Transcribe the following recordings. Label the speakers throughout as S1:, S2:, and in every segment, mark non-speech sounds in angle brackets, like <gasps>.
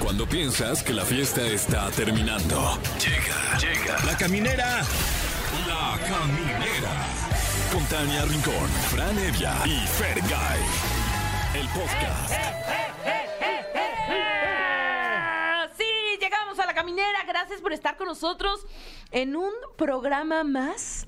S1: Cuando piensas que la fiesta está terminando. Llega, llega. La caminera. La caminera. Con Tania Rincón, Fran Evia y Fer El podcast.
S2: Ah, Sí, llegamos a la caminera. Gracias por estar con nosotros en un programa más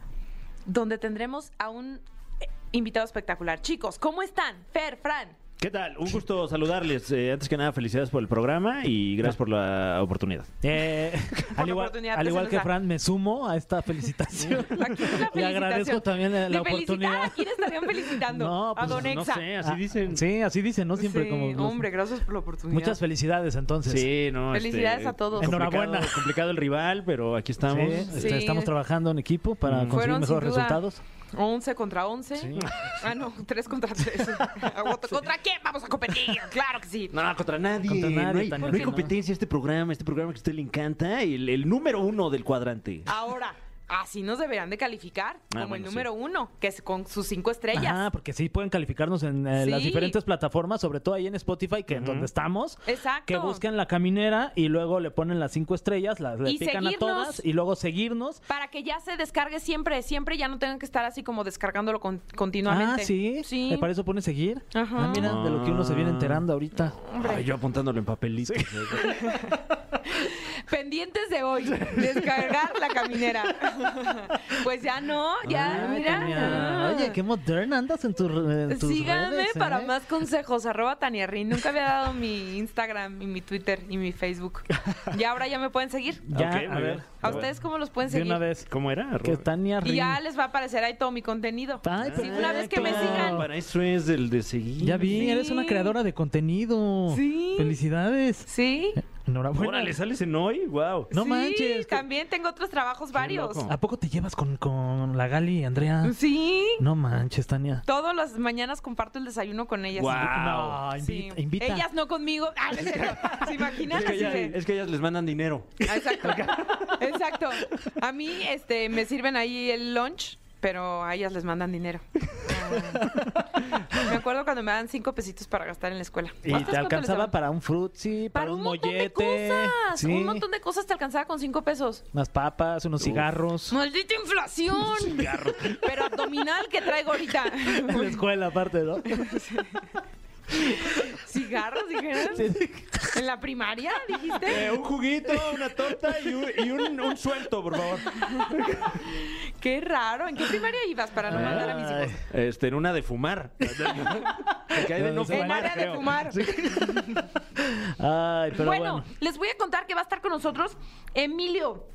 S2: donde tendremos a un eh, invitado espectacular. Chicos, ¿cómo están? Fer, Fran.
S3: ¿Qué tal? Un gusto saludarles. Eh, antes que nada, felicidades por el programa y gracias por la oportunidad.
S2: <laughs>
S4: Eh,
S2: Por
S4: al
S2: la
S4: igual,
S2: oportunidad
S4: al
S2: que
S4: igual
S2: se
S4: que
S2: nos da.
S4: Fran, me sumo a
S2: <laughs>
S4: esta felicitación.
S2: Aquí es la
S4: <laughs> Le agradezco
S2: felicitación.
S4: también la, la
S2: De felicitar, ¿A
S4: oportunidad.
S2: quién estarían felicitando?
S4: <laughs> No,
S2: a
S4: pues,
S2: Don Exa.
S3: No sé, así
S4: Ah,
S3: dicen.
S4: Sí, así dicen, ¿no? Siempre
S2: Sí,
S4: como. los-
S2: hombre, gracias por la oportunidad.
S4: Muchas felicidades, entonces.
S3: Sí, no. este,
S2: Felicidades a todos.
S4: Enhorabuena.
S3: Complicado, complicado el rival, pero aquí estamos. Mm.
S4: Sí,
S3: Eh,
S4: este,
S2: Sí.
S4: Estamos trabajando en equipo para
S3: Fueron,
S4: conseguir
S2: sin
S4: mejores
S2: duda.
S4: resultados.
S2: 11 contra 11.
S3: sí.
S2: Ah, no, 3 contra
S4: <laughs>
S2: 3. <laughs> ¿Contra quién vamos a competir? Claro que sí.
S3: No, contra nadie.
S4: Contra nadie,
S3: no, hay,
S4: tan
S3: no hay
S4: bien, ¿no?
S3: competencia este programa, este programa que a usted le encanta, el, el número uno del cuadrante.
S2: Ahora, así nos deberán de calificar como el
S3: bueno, sí.
S2: número uno, que es con sus cinco estrellas.
S4: Ah, porque sí pueden calificarnos en eh, las
S2: Sí.
S4: diferentes plataformas, sobre todo ahí en Spotify, que es donde estamos.
S2: Exacto.
S4: Que busquen la caminera y luego le ponen las cinco estrellas, las le
S2: Y
S4: pican
S2: seguirnos.
S4: a todas y luego seguirnos.
S2: Para que ya se descargue siempre, siempre ya no tengan que estar así como descargándolo con- continuamente.
S4: Ah, sí.
S2: Sí.
S4: Eh, Para eso pone seguir.
S2: Ajá.
S4: Ah, mira, de lo que uno se viene enterando ahorita.
S2: Hombre.
S3: Ay, yo apuntándolo en papelito. <laughs>
S2: Pendientes de hoy, descargar la caminera. <laughs> pues ya no, ya,
S4: Ay,
S2: mira.
S4: Ah, Tania,
S2: Ah.
S4: Oye, qué moderna andas en, tu, en tus
S2: Síganme
S4: redes, ¿eh?
S2: para más consejos, arroba Tania Rin. Nunca había dado mi Instagram y mi Twitter y mi Facebook. Y ahora ya me pueden seguir.
S4: Ya,
S3: Ok, muy
S4: a ver.
S3: bien.
S2: ¿A ustedes cómo los pueden
S4: De
S2: seguir?
S4: una vez.
S3: ¿Cómo era?
S4: Que Tania
S2: Y
S4: Rin.
S2: ya les va a aparecer ahí todo mi contenido.
S4: Ay,
S2: Sí, una vez que me
S4: perfecto.
S2: sigan.
S3: Para eso es el de seguir.
S4: Ya vi,
S2: Sí.
S4: eres una creadora de contenido.
S2: Sí.
S4: Felicidades.
S2: Sí.
S4: Enhorabuena.
S3: Órale, sales en hoy, wow.
S4: No
S2: Sí,
S4: manches. que-
S2: También tengo otros trabajos varios.
S3: loco.
S4: ¿A poco te llevas con, con la Gali, Andrea?
S2: Sí.
S4: No manches, Tania.
S2: Todas las mañanas comparto el desayuno con ellas.
S3: Guau.
S4: No,
S2: Sí.
S4: invita. invita.
S2: Ellas no conmigo. <laughs> Ah, no es cierto. ¿Se imaginan?
S3: Es que,
S2: Así
S3: ellas,
S2: de-
S3: es que ellas les mandan dinero.
S2: Ah, Exacto. Exacto. A mí este, me sirven ahí el lunch, pero a ellas les mandan dinero. Ah. Me acuerdo cuando me dan cinco pesitos para gastar en la escuela. ¿A ustedes
S4: Y te
S2: cuánto les
S4: alcanzaba
S2: daban?
S4: para un frutzi, para,
S2: Para un, montón de
S4: mollete.
S2: cosas.
S4: Sí.
S2: Un montón de cosas te alcanzaba con cinco pesos.
S4: Unas papas, unos cigarros.
S2: ¡Maldita inflación! Pero abdominal que traigo ahorita.
S4: <laughs> En la escuela, aparte,
S2: <laughs>
S4: ¿no?
S2: ¿Cigarros dijeron? ¿En la primaria dijiste?
S3: Eh, un juguito, una torta y un, suelto, por favor.
S2: Qué raro. ¿En qué primaria ibas para no mandar a mis hijos?
S3: Este, en una de fumar. Porque hay de no
S4: En
S2: En
S3: fumar,
S2: área de
S3: creo.
S2: fumar.
S4: Ay, pero
S2: bueno,
S4: bueno.
S2: les voy a contar que va a estar con nosotros Emilio.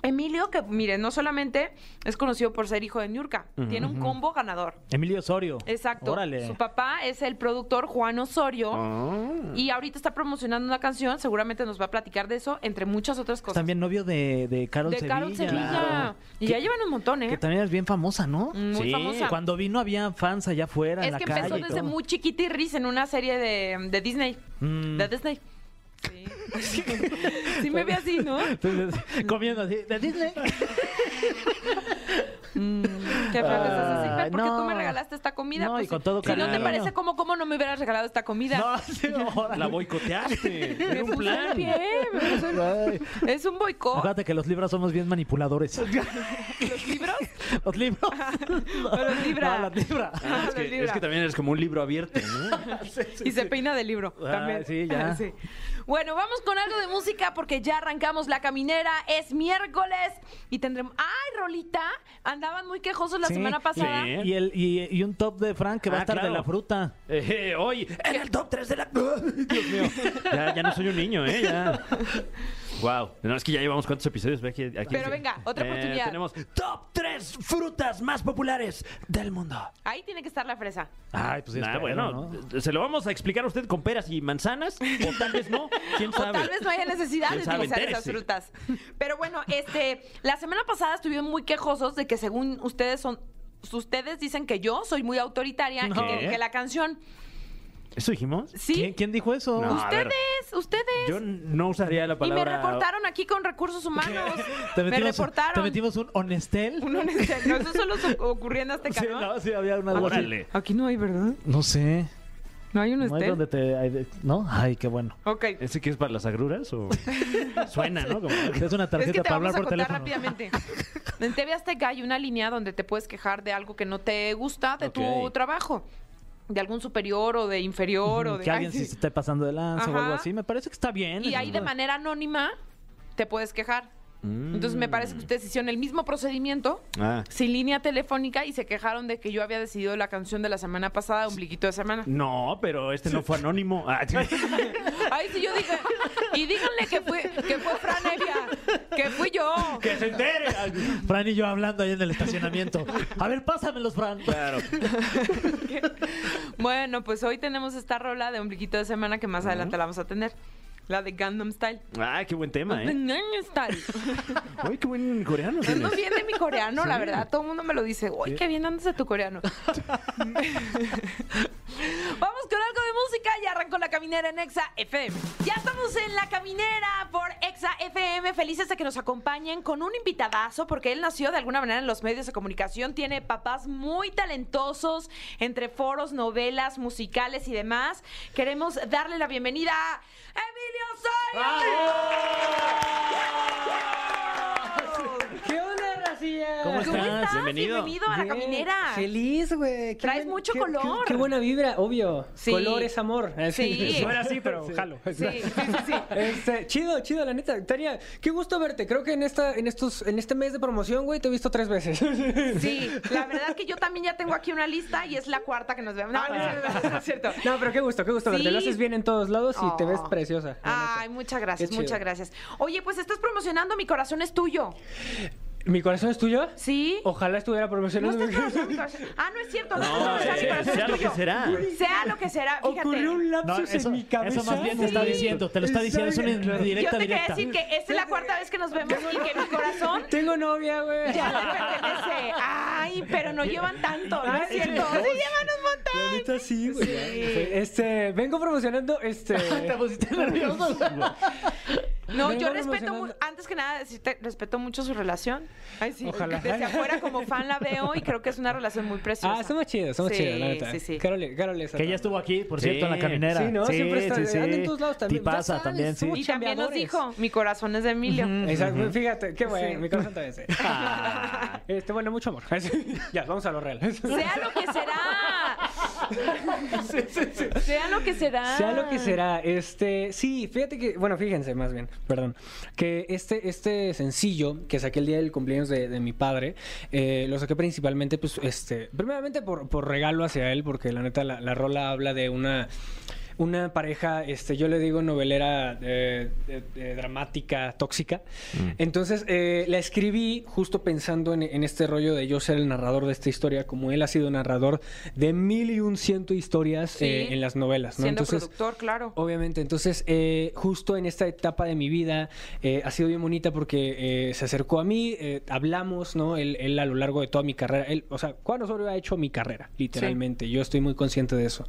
S2: Emilio, que miren, no solamente es conocido por ser hijo de Niurka, tiene un combo ganador.
S4: Emilio Osorio.
S2: Exacto.
S4: Órale.
S2: Su papá es el productor Juan Osorio
S3: Ah.
S4: Mm.
S2: y ahorita está promocionando una canción, seguramente nos va a platicar de eso, entre muchas otras cosas.
S4: También novio de, de Carol
S2: de
S4: Sevilla.
S2: Carol Sevilla.
S4: Claro.
S2: Y ya llevan un montón, ¿eh?
S4: Que también es bien famosa, ¿no?
S2: Muy
S3: Sí,
S2: famosa.
S4: Cuando vino había fans allá afuera. en
S2: Es
S4: la
S2: que empezó
S4: calle y
S2: desde
S4: todo.
S2: muy chiquitirris en una serie de, de Disney.
S4: Mm.
S2: De Disney. Sí. <laughs> sí me ve así, ¿no?
S4: Entonces, <laughs> comiendo así. De Disney.
S2: Mm, qué feo que seas así, Fer,
S4: Ay,
S2: ¿Por qué tú me
S4: no.
S2: regalaste esta comida? Pues
S4: No, y con todo
S2: Si no te
S3: cariño.
S2: parece como, ¿cómo no me hubieras regalado esta comida?
S4: <laughs>
S2: <laughs>
S4: No, sí, órale.
S3: Ah. La boicoteaste.
S2: me
S3: Era un
S2: puso el
S3: plan.
S2: pie, me puso el-
S4: <laughs> Ay.
S2: Es un boicot.
S4: Acuérdate que los libros somos bien manipuladores. <laughs>
S2: ¿Los libros? <laughs>
S4: Los libros.
S2: ¿O los libra? <laughs>
S4: No, los libra.
S3: Ah, es,
S2: Los
S3: que,
S2: libra.
S3: es que también eres como un libro abierto, ¿no?
S2: <laughs> y se peina de libro
S4: Ah,
S2: también.
S4: sí, ya.
S2: <laughs> Sí. Bueno, vamos con algo de música porque ya arrancamos la caminera. Es miércoles y tendremos. ¡Ay, Rolita! Andaban muy quejosos la
S4: Sí.
S2: semana pasada.
S3: Sí.
S4: Y, el, y, y un top de Frank que va
S3: Ah,
S4: a estar
S3: claro.
S4: de la fruta.
S3: Eh, eh, hoy, en el top 3 de la. Dios mío. Ya, ya no soy un niño, ¿eh? Ya. Wow. No, es que ya llevamos cuántos episodios. ve que aquí-
S2: Pero venga, otra
S3: Eh,
S2: oportunidad.
S3: tenemos top 3 frutas más populares del mundo.
S2: Ahí tiene que estar la fresa.
S4: Ay, pues
S3: Ah,
S4: espero,
S3: bueno, se lo vamos a explicar a usted con peras y manzanas, o tal vez no,
S2: <laughs>
S3: quién
S2: O
S3: sabe.
S2: tal vez no haya necesidad de
S3: ¿Quién sabe?
S2: utilizar esas
S3: Entérese.
S2: frutas. Pero bueno, este, la semana pasada estuvieron muy quejosos de que según ustedes son, ustedes dicen que yo soy muy autoritaria y
S4: No.
S2: que dije la canción.
S3: ¿Eso dijimos?
S2: Sí,
S4: ¿Quién, quién dijo eso?
S3: No. a ver.
S2: ustedes, ustedes.
S3: Yo no usaría la
S2: y me
S3: palabra.
S2: reportaron aquí con recursos
S3: <laughs>
S2: humanos.
S4: Te
S2: me
S4: metimos,
S2: reportaron.
S4: te metimos un
S2: <laughs>
S4: honestel.
S2: Un honesto- no, eso solo su- ocurrió en este Azteca,
S4: <laughs> Sí,
S2: ¿no?
S4: no, sí, había una
S3: Órale.
S2: Aquí no hay, ¿verdad?
S4: No sé.
S2: No hay un
S4: No es
S2: Estel.
S4: donde te. hay de- ¿No? Ay, qué bueno.
S2: <laughs> Ok.
S3: ¿Ese que es para las
S2: <laughs>
S3: agruras o...? Suena, ¿no? Como...
S4: Es una tarjeta
S2: Es que te
S4: para
S2: vamos
S4: hablar
S2: a
S4: por
S2: contar
S4: teléfono.
S2: rápidamente.
S4: <laughs>
S2: En TV Azteca hay una línea donde te puedes quejar de algo que no te gusta de tu
S3: Ok.
S2: trabajo. De algún superior o de inferior o de...
S4: Que alguien
S2: Ay,
S4: se
S2: sí.
S4: esté pasando de lanza o
S2: Ajá.
S4: algo así. Me parece que está bien.
S2: Y ahí de manera anónima te puedes quejar. Entonces me parece que ustedes hicieron el mismo procedimiento
S3: mm. Ah.
S2: sin línea telefónica y se quejaron de que yo había decidido la canción de la semana pasada, ombliguito de semana.
S3: No, pero este no fue anónimo. <laughs> Ah, sí.
S2: Ahí sí yo dije, y díganle que fue, que fue Fran Evia, que fui yo.
S3: ¡Que se entere! Ay,
S4: Fran y yo hablando ahí en
S2: <laughs>
S4: el estacionamiento. A ver, pásamelos, Fran.
S3: Claro.
S2: Bueno, pues hoy tenemos esta rola de ombliguito de semana que más adelante la vamos a tener. La de Gundam Style.
S3: Ah, qué buen tema, ¿eh?
S2: Gangnam Style.
S3: Uy, qué buen coreano
S2: Ando
S3: tienes.
S2: bien de mi coreano, la
S3: Sí.
S2: verdad. Todo el mundo me lo dice. Uy, qué bien andas de tu coreano. Vamos con algo de música y arrancó la caminera en Exa FM. Ya estamos en la caminera por Exa FM. Felices de que nos acompañen con un invitadazo porque él nació de alguna manera en los medios de comunicación. Tiene papás muy talentosos entre foros, novelas, musicales y demás. Queremos darle la bienvenida a
S3: Ah.
S2: <laughs> Emilio Soria.
S5: ¿Qué onda, Racilla?
S4: ¿Cómo
S2: ¿Cómo
S4: estás?
S2: estás?
S3: Bienvenido.
S2: Bienvenido a la
S5: Bien,
S2: caminera.
S5: Feliz, güey. Qué
S2: Traes mucho
S5: qué-
S2: color.
S5: Qué, qué buena vibra, obvio.
S2: Sí.
S5: Color es amor. <laughs>
S2: Sí.
S5: Suena así, pero jalo.
S2: Sí, sí, sí, sí.
S5: Este, chido, chido, la neta. Tania, qué gusto verte. Creo que en esta, en estos, en este mes de promoción, güey, te he visto tres veces. <laughs>
S2: Sí, la verdad que yo también ya tengo aquí una lista y es la cuarta que nos vemos.
S5: Ah,
S2: No, no, es cierto, no, es cierto.
S5: No, pero qué gusto, qué gusto
S2: Sí.
S5: verte. Lo haces bien en todos lados y te ves
S2: Oh.
S5: preciosa. la neta.
S2: Ay, muchas gracias,
S5: Qué chido.
S2: muchas gracias. Oye, pues estás promocionando Mi Corazón es Tuyo.
S5: ¿Mi corazón es tuyo?
S2: ¿Sí?
S5: Ojalá estuviera
S2: No
S5: promocionando.
S2: estás promocionando Mi Corazón. Ah, no es cierto. No, estás
S4: Eh,
S3: No,
S2: promocionando Mi
S3: sea,
S2: Corazón
S3: sea
S2: es
S3: lo que
S2: Tuyo. <laughs>
S3: será.
S2: Sea lo que será, fíjate.
S5: Ocurrió un lapsus
S4: eso,
S5: en mi cabeza.
S4: eso más bien te está
S2: Sí.
S4: diciendo. Te lo está diciendo. Es una
S5: Exacto.
S2: Yo
S4: indirecta
S2: te quería
S4: directa.
S2: decir que esta es la cuarta vez que nos vemos y que mi corazón
S5: Tengo novia, güey.
S2: ya le pertenece. Ay, pero no llevan tanto, ¿no es
S5: Ay,
S2: cierto?
S5: no.
S2: Sí, llevan un
S5: La
S2: montón.
S5: neta sí, güey.
S2: Sí.
S5: Este, vengo promocionando
S2: <laughs>
S5: este.
S4: Te <laughs>
S5: <laughs>
S4: pusiste nervioso.
S2: No,
S5: Vengo
S2: yo respeto, mu-
S5: promocionando-
S2: antes que nada, decirte, respeto mucho su relación. Ay, sí.
S5: Ojalá.
S2: Desde afuera, como fan, la veo y creo que es una relación muy preciosa.
S5: Ah, somos chidos, somos
S2: Sí,
S5: chidos, la neta.
S2: sí, sí.
S5: Carole, Carole es
S4: Que ella
S5: otra.
S4: estuvo aquí, por
S3: Sí.
S4: cierto, en la caminera.
S5: Sí, ¿no? Siempre está- anda en todos lados también. Ya
S4: Tipaza
S5: sabes,
S4: también, sí.
S5: somos
S2: Y también nos
S5: chambeadores.
S2: dijo, mi corazón es de Emilio.
S5: Exacto, fíjate, qué bueno,
S2: Sí.
S5: mi corazón
S2: <laughs>
S5: también sí.
S3: Ah.
S5: Este, bueno, mucho amor. <laughs> ya, vamos a lo real. <laughs>
S2: Sea lo que será. Sea lo que será.
S5: Sea lo que será, este, sí, fíjate que, bueno, fíjense más bien, perdón, que este, este sencillo que saqué el día del cumpleaños de, de mi padre, eh, lo saqué principalmente, pues, este, primeramente por, por regalo hacia él, porque la neta la, la rola habla de una, una pareja, este, yo le digo novelera eh, eh, eh, dramática, tóxica. Entonces, eh, la escribí justo pensando en, en este rollo de yo ser el narrador de esta historia, como él ha sido narrador de mil y un ciento historias
S2: Sí.
S5: eh, en las novelas, ¿no?
S2: Siendo
S5: Entonces,
S2: productor, claro.
S5: Obviamente, entonces eh, justo en esta etapa de mi vida eh, ha sido bien bonita porque eh, se acercó a mí, eh, hablamos, ¿no? Él, él a lo largo de toda mi carrera, él, o sea, Juan Osorio ha hecho mi carrera, literalmente, yo estoy muy consciente de eso.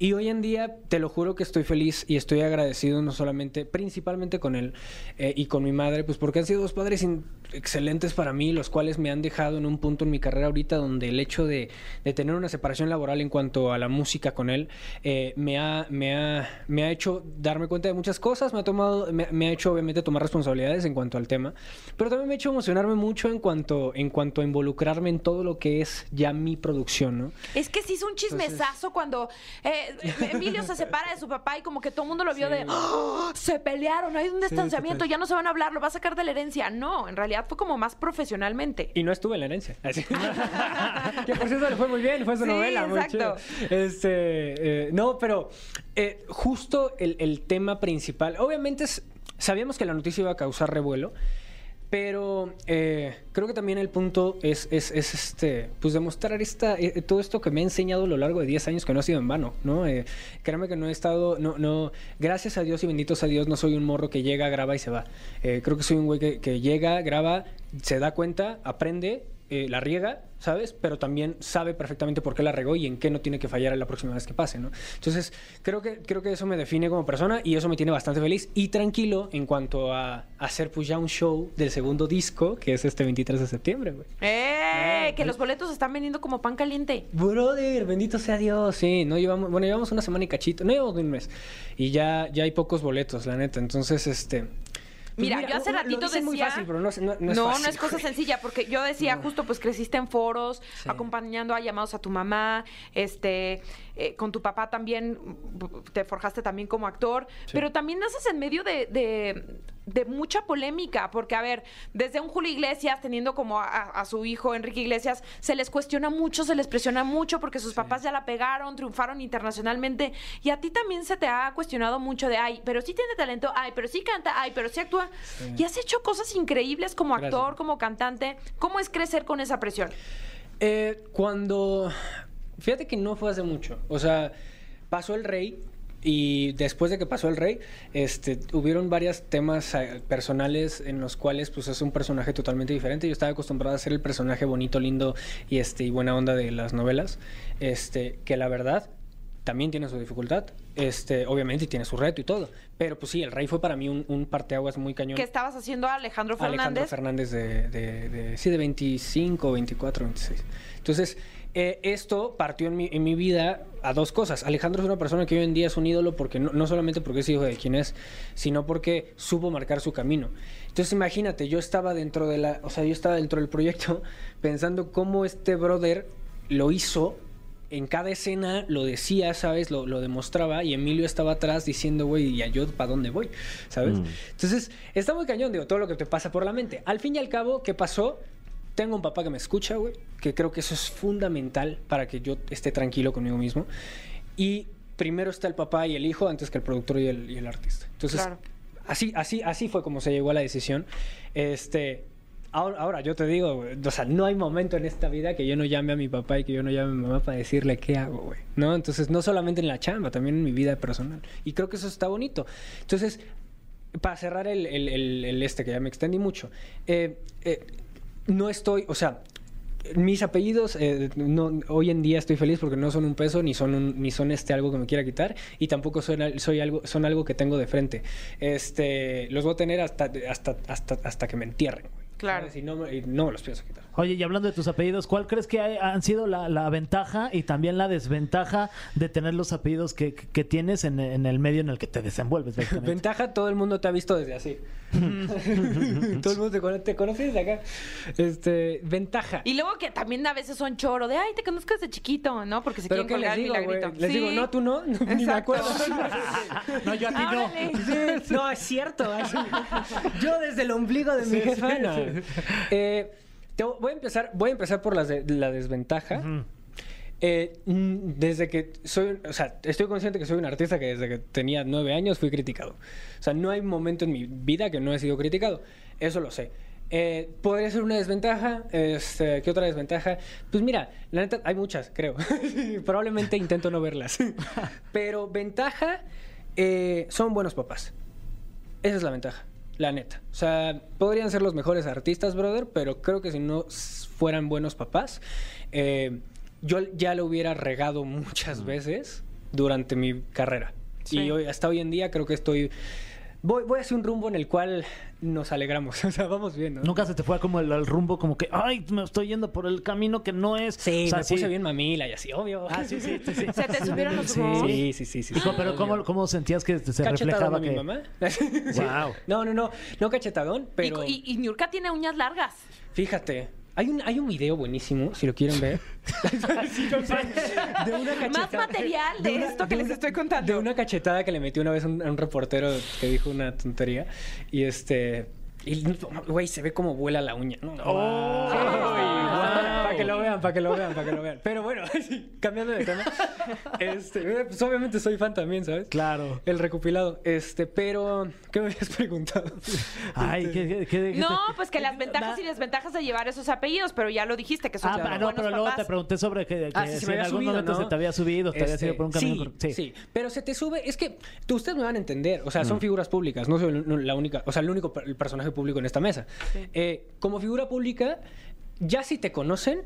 S5: Y hoy en día, te lo juro que estoy feliz y estoy agradecido no solamente, principalmente con él eh, y con mi madre, pues porque han sido dos padres in- excelentes para mí, los cuales me han dejado en un punto en mi carrera ahorita donde el hecho de, de tener una separación laboral en cuanto a la música con él eh, me, ha, me, ha, me ha hecho darme cuenta de muchas cosas, me ha, tomado, me, me ha hecho obviamente tomar responsabilidades en cuanto al tema, pero también me ha hecho emocionarme mucho en cuanto, en cuanto a involucrarme en todo lo que es ya mi producción, ¿no?
S2: Es que se hizo un chismesazo cuando
S5: <laughs>
S2: eh, Emilio se separa de su papá y como que todo el mundo lo vio de "¡Ah! se pelearon, hay un distanciamiento, ya no se van a hablar, lo va a sacar de la herencia. No, en realidad fue como más profesionalmente.
S5: Y no estuve en la herencia. Así. <laughs> que por cierto le fue muy bien, fue su
S2: Sí,
S5: novela. muy
S2: exacto.
S5: chido. Este, eh, no, pero eh, justo el, el tema principal. Obviamente es- sabíamos que la noticia iba a causar revuelo. Pero eh, creo que también el punto es, es, es, este, pues demostrar esta, eh, todo esto que me ha enseñado a lo largo de 10 años que no ha sido en vano, ¿no? Eh, créanme que no he estado, no, no, gracias a Dios y benditos a Dios, no soy un morro que llega, graba y se va. Eh, creo que soy un güey que, que llega, graba, se da cuenta, aprende eh, la riega, ¿sabes? Pero también sabe perfectamente por qué la regó y en qué no tiene que fallar la próxima vez que pase, ¿no? Entonces, creo que, creo que eso me define como persona y eso me tiene bastante feliz y tranquilo en cuanto a hacer pues ya un show del segundo disco, que es este 23 de septiembre, güey.
S2: ¡Eh!
S5: No,
S2: Que
S5: no.
S2: los boletos se están vendiendo como pan caliente.
S5: Brother, bendito sea Dios. Sí, no llevamos, bueno, llevamos una semana y cachito, no llevamos ni un mes. Y ya, ya hay pocos boletos, la neta. Entonces, este. pues
S2: Mira, yo hace
S5: lo- lo
S2: ratito
S5: dicen muy
S2: decía-
S5: fácil, pero no, es- no- no
S2: No,
S5: es fácil,
S2: cosa
S5: güey.
S2: sencilla, porque yo decía justo, pues creciste en foros,
S5: Sí.
S2: acompañando a llamados a tu mamá, este, eh, con tu papá también mm, te forjaste también como actor, pero también naces en medio de, de- de mucha polémica, porque a ver, desde un Julio Iglesias teniendo como a, a- a su hijo Enrique Iglesias, se les cuestiona mucho, se les presiona mucho, porque sus papás ya la pegaron, triunfaron internacionalmente, y a ti también se te ha cuestionado mucho de, ay, pero sí tiene talento, ay, pero sí canta, ay, pero sí actúa, y has hecho cosas increíbles como
S5: Gracias.
S2: actor, como cantante, ¿cómo es crecer con esa presión?
S5: Eh, cuando. Fíjate que no fue hace mucho. O sea, pasó el rey. Y después de que pasó el rey, este, hubieron varios temas eh, personales en los cuales pues es un personaje totalmente diferente. Yo estaba acostumbrado a ser el personaje bonito, lindo y este y buena onda de las novelas, este, que la verdad también tiene su dificultad, este, obviamente y tiene su reto y todo. Pero pues sí, el rey fue para mí un, un parteaguas muy cañón.
S2: ¿Qué estabas haciendo a Alejandro
S5: Alejandro
S2: Fernández?
S5: Fernández de, de- de- sí, de 25, 24, 26. Entonces, eh, esto partió en mi, en mi vida a dos cosas. Alejandro es una persona que hoy en día es un ídolo porque no, no solamente porque es hijo de quien es, sino porque supo marcar su camino. Entonces, imagínate, yo estaba dentro de la, o sea, yo estaba dentro del proyecto <laughs> pensando cómo este brother lo hizo en cada escena lo decía, ¿sabes? Lo, lo demostraba y Emilio estaba atrás diciendo, güey, ¿y a yo para dónde voy? ¿Sabes?
S3: Mm.
S5: Entonces, está muy cañón, digo, todo lo que te pasa por la mente. Al fin y al cabo, ¿qué pasó? Tengo un papá que me escucha, güey, que creo que eso es fundamental para que yo esté tranquilo conmigo mismo. Y primero está el papá y el hijo antes que el productor y el, y el artista. Entonces,
S2: Claro.
S5: así, así, así fue como se llegó a la decisión. Este, ahora, ahora yo te digo, güey, o sea, no hay momento en esta vida que yo no llame a mi papá y que yo no llame a mi mamá para decirle qué hago, güey. ¿No? Entonces, no solamente en la chamba, también en mi vida personal. Y creo que eso está bonito. Entonces, para cerrar el, el- el- el este, que ya me extendí mucho, eh, eh, no estoy, o sea, mis apellidos, eh, no, hoy en día estoy feliz porque no son un peso, ni son, un- ni son este algo que me quiera quitar, y tampoco son, al- soy algo, son algo que tengo de frente. Este, los voy a tener hasta, hasta, hasta, hasta que me entierren. güey.
S2: Claro.
S5: ¿Sabes? Y no, me- y no me los pienso quitar.
S4: Oye, y hablando de tus apellidos, ¿cuál crees que hay- han sido la, la ventaja y también la desventaja de tener los apellidos que, que tienes en, en el medio en el que te desenvuelves? básicamente?
S5: Ventaja, todo el mundo te ha visto desde así. <laughs> todo el mundo te, cono- te conoce desde acá. Este, ventaja.
S2: Y luego que también a veces son choro de, ay, te conozco desde chiquito, ¿no? Porque se
S5: ¿Pero
S2: quieren
S5: qué les
S2: colgar el
S5: digo, güey?
S2: milagrito.
S5: Les digo,
S2: Sí.
S5: no, tú no, ni me
S2: Exacto. <laughs>
S5: acuerdo.
S4: no, yo a ti no.
S2: Órale.
S5: <laughs> Sí, no, es cierto. Ay, sí. Yo desde el ombligo de mi jefa. no. Eh, te vo- voy, a empezar, voy a empezar por las de- la desventaja. Eh, mm, desde que soy, o sea, estoy consciente que soy un artista que desde que tenía nueve años fui criticado. O sea, no hay momento en mi vida que no he sido criticado. Eso lo sé. Eh, ¿Podría ser una desventaja? Este, ¿Qué otra desventaja? Pues mira, la neta, hay muchas, creo. <laughs> Probablemente intento no verlas. Pero ventaja, eh, son buenos papás. Esa es la ventaja, la neta. O sea, podrían ser los mejores artistas, brother, pero creo que si no s- fueran buenos papás, eh, yo ya lo hubiera regado muchas veces durante mi carrera.
S2: Sí.
S5: Y hoy, hasta hoy en día creo que estoy... Voy, voy hacia un rumbo en el cual nos alegramos. <laughs> O sea, vamos bien, ¿no?
S4: Nunca se te fue como el, el rumbo, como que, ay, me estoy yendo por el camino que no es.
S5: Sí,
S4: O sea,
S5: me puse bien mamila y así, obvio.
S4: Ah, sí,
S5: <laughs>
S4: sí, sí. sí.
S2: Se te subieron los
S5: Sí,
S2: humos.
S5: sí, sí, sí. Ah, sí,
S4: Y co- pero ¿cómo, cómo sentías que se
S5: Cachetadón
S4: reflejaba
S5: a mi
S4: que... <laughs>
S5: mamá. <laughs>
S4: Wow.
S5: No, no, no. No cachetadón,
S2: Y,
S5: pero...
S2: y, y Niurka tiene uñas largas.
S5: Fíjate, hay un, hay un video buenísimo, si lo
S2: <laughs>
S5: quieren ver. de una
S2: Más material de,
S5: una-
S2: esto que
S5: de
S2: les
S5: una-
S2: estoy contando.
S5: De una cachetada que le metió una vez a un, a un reportero que dijo una tontería. Y este. Y, güey, se ve como vuela la uña. ¿no?
S4: Oh,
S2: Ah,
S5: Para,
S4: wow.
S5: que lo vean, para que lo vean, para que lo vean. Pero bueno, <laughs> sí, cambiando de tema. Este, pues obviamente soy fan también, ¿sabes?
S4: Claro.
S5: El recopilado. Este, pero. ¿Qué me habías preguntado?
S4: Ay,
S5: Este.
S4: ¿qué, qué, qué- qué-
S2: No, pues que las ventajas y desventajas de llevar esos apellidos, pero ya lo dijiste, que son
S4: Ah,
S2: como
S4: pa- no,
S2: buenos
S4: pero luego te
S2: papás.
S4: pregunté sobre que,
S5: Ah,
S4: que
S5: sí, se
S4: si
S5: me
S4: en
S5: había
S4: algún
S5: subido,
S4: momento
S5: ¿no?
S4: se te había subido, te había
S5: Este,
S4: sido por un camino.
S5: sí,
S4: cor-
S5: sí, Pero se te sube, es que tú, ustedes me van a entender, o sea,
S4: Mm.
S5: son figuras públicas, no soy el- la única, o sea, el único per- el personaje público en esta mesa. Eh, como figura pública, ya si te conocen,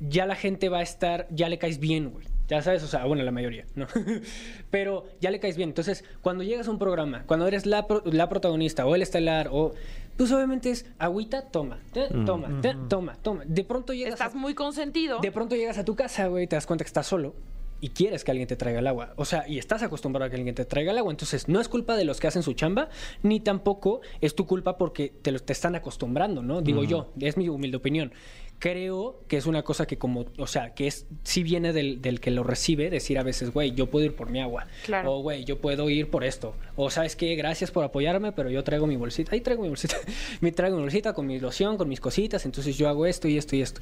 S5: ya la gente va a estar, ya le caes bien, güey. Ya sabes, o sea, bueno, la mayoría, ¿no? <laughs> Pero ya le caes bien. Entonces, cuando llegas a un programa, cuando eres la, pro- la protagonista o el estelar o... Pues obviamente es agüita, toma, te-
S4: Mm.
S5: toma, te- toma, toma. De pronto llegas
S2: Estás
S5: a-
S2: muy consentido.
S5: de pronto llegas a tu casa, güey, te das cuenta que estás solo y quieres que alguien te traiga el agua. O sea, y estás acostumbrado a que alguien te traiga el agua. Entonces, no es culpa de los que hacen su chamba, ni tampoco es tu culpa porque te, lo, te están acostumbrando, ¿no? Digo yo, es mi humilde opinión. Creo que es una cosa que como, o sea, que es, si viene del, del que lo recibe, decir a veces, güey, yo puedo ir por mi agua.
S2: Claro.
S5: O, Oh, güey, yo puedo ir por esto. O, ¿sabes qué? Gracias por apoyarme, pero yo traigo mi bolsita. Ahí traigo mi bolsita. <laughs> me traigo mi bolsita con mi loción, con mis cositas. Entonces, yo hago esto y esto y esto.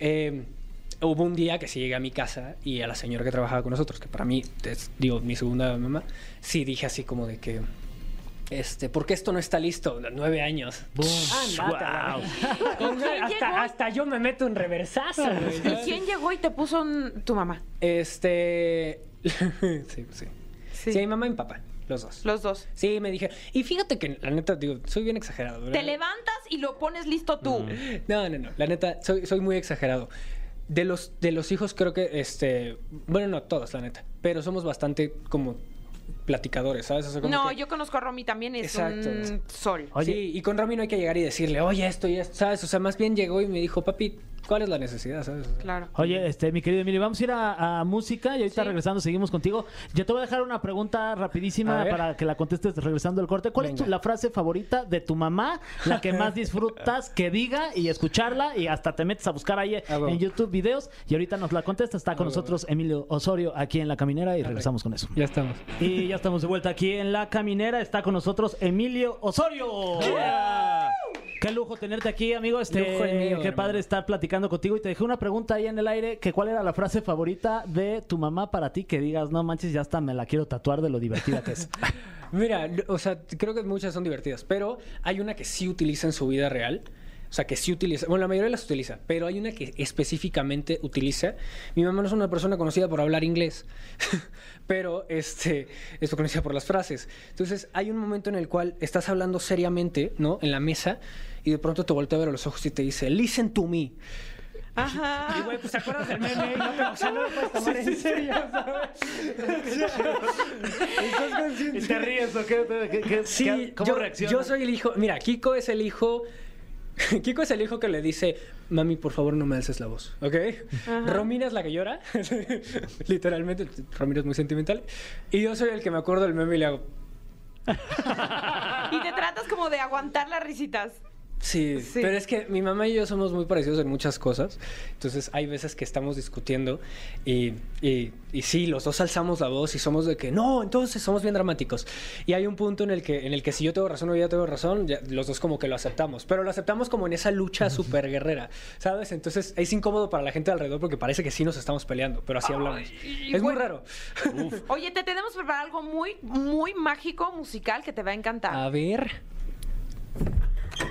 S5: Eh, hubo un día que sí llegué a mi casa y a la señora que trabajaba con nosotros, que para mí es, digo, mi segunda mamá, sí dije así como de que, este, ¿por qué esto no está listo? Nueve <laughs> años. Ándate a la
S3: Guau.
S5: verga. Con-
S2: ¿Quién llegó?
S5: Pues, hasta, hasta yo me meto en reversazo. güey.
S2: ¿Y <laughs> quién llegó y te puso un- tu mamá?
S5: <laughs> Este, <laughs> sí, sí. Sí, mi mamá y mi papá, los dos.
S2: Los dos.
S5: Sí, me dije, y fíjate que la neta, digo, soy bien exagerado. ¿verdad?
S2: Te levantas y lo pones listo tú.
S5: Mm. No, no, no. La neta, soy, soy muy exagerado. De los, de los hijos, creo que, este. Bueno, no, todos, la neta. Pero somos bastante como platicadores, ¿sabes? O sea, como
S2: No,
S5: que-
S2: yo conozco a Romy también, es
S5: Exacto.
S2: un sol.
S4: Oye.
S5: Sí, y con Romy no hay que llegar y decirle, oye, esto y esto, ¿sabes? O sea, más bien llegó y me dijo, papi, ¿cuál es la necesidad, ¿sabes? O sea,
S2: Claro.
S4: Oye, este, mi querido Emilio, vamos a ir a, a música y ahorita
S2: Sí.
S4: regresando seguimos contigo. Yo te voy a dejar una pregunta
S5: A
S4: rapidísima
S5: ver.
S4: para que la contestes regresando al corte. ¿Cuál es tu-
S5: Venga.
S4: la frase favorita de tu mamá, la que
S5: <laughs>
S4: más disfrutas que diga y escucharla y hasta te metes a buscar ahí
S5: huevo.
S4: en YouTube videos y ahorita nos la contestas. Está con
S5: huevo.
S4: nosotros Emilio Osorio aquí en La Caminera y regresamos con eso.
S5: Ya estamos.
S4: Y ya estamos de vuelta aquí en La Caminera. Está con nosotros Emilio Osorio. Qué lujo tenerte aquí, amigo. Este,
S5: Lujo el mío,
S4: qué
S5: hermano.
S4: padre estar platicando contigo. Y te dejé una pregunta ahí en el aire, que cuál era la frase favorita de tu mamá para ti, que digas, no manches, ya hasta me la quiero tatuar de lo divertida que
S5: <laughs>
S4: es.
S5: Mira, o sea, creo que muchas son divertidas, pero hay una que sí utiliza en su vida real. O sea, que sí utiliza. Bueno, la mayoría las utiliza, pero hay una que específicamente utiliza. Mi mamá no es una persona conocida por hablar inglés, <laughs> pero este, es conocida por las frases. Entonces, hay un momento en el cual estás hablando seriamente, ¿no? En la mesa, y de pronto te voltea a ver a los ojos y te dice, listen to me. Y,
S2: Ajá.
S5: güey, pues te acuerdas del meme y no te, o sea, no lo <laughs> puedes tomar en serio, ¿sabes? <laughs> Estás consciente.
S4: ¿Te ríes o qué? ¿Qué- qué- qué-
S5: Sí,
S4: ¿Cómo
S5: yo,
S4: reaccionas?
S5: yo soy el hijo. Mira, Kiko es el hijo. <laughs> Kiko es el hijo que le dice, mami, por favor no me alces la voz, ¿ok? Romina es la que llora, <laughs> literalmente, Romina es muy sentimental. Y yo soy el que me acuerdo del meme y le hago,
S2: Y te tratas como de aguantar las risitas.
S5: Sí,
S2: Sí.
S5: pero es que mi mamá y yo somos muy parecidos en muchas cosas. Entonces hay veces que estamos discutiendo y, y, y sí, los dos alzamos la voz y somos de que no, entonces somos bien dramáticos. Y hay un punto en el que, en el que si yo tengo razón o ella tengo razón, ya los dos como que lo aceptamos. Pero lo aceptamos como en esa lucha súper guerrera, ¿sabes? Entonces es incómodo para la gente alrededor porque parece que sí nos estamos peleando, pero así hablamos.
S2: Ay,
S5: es muy
S2: bueno.
S5: raro.
S2: Oye, te tenemos preparado algo muy, muy mágico, musical, que te va a encantar.
S5: A ver.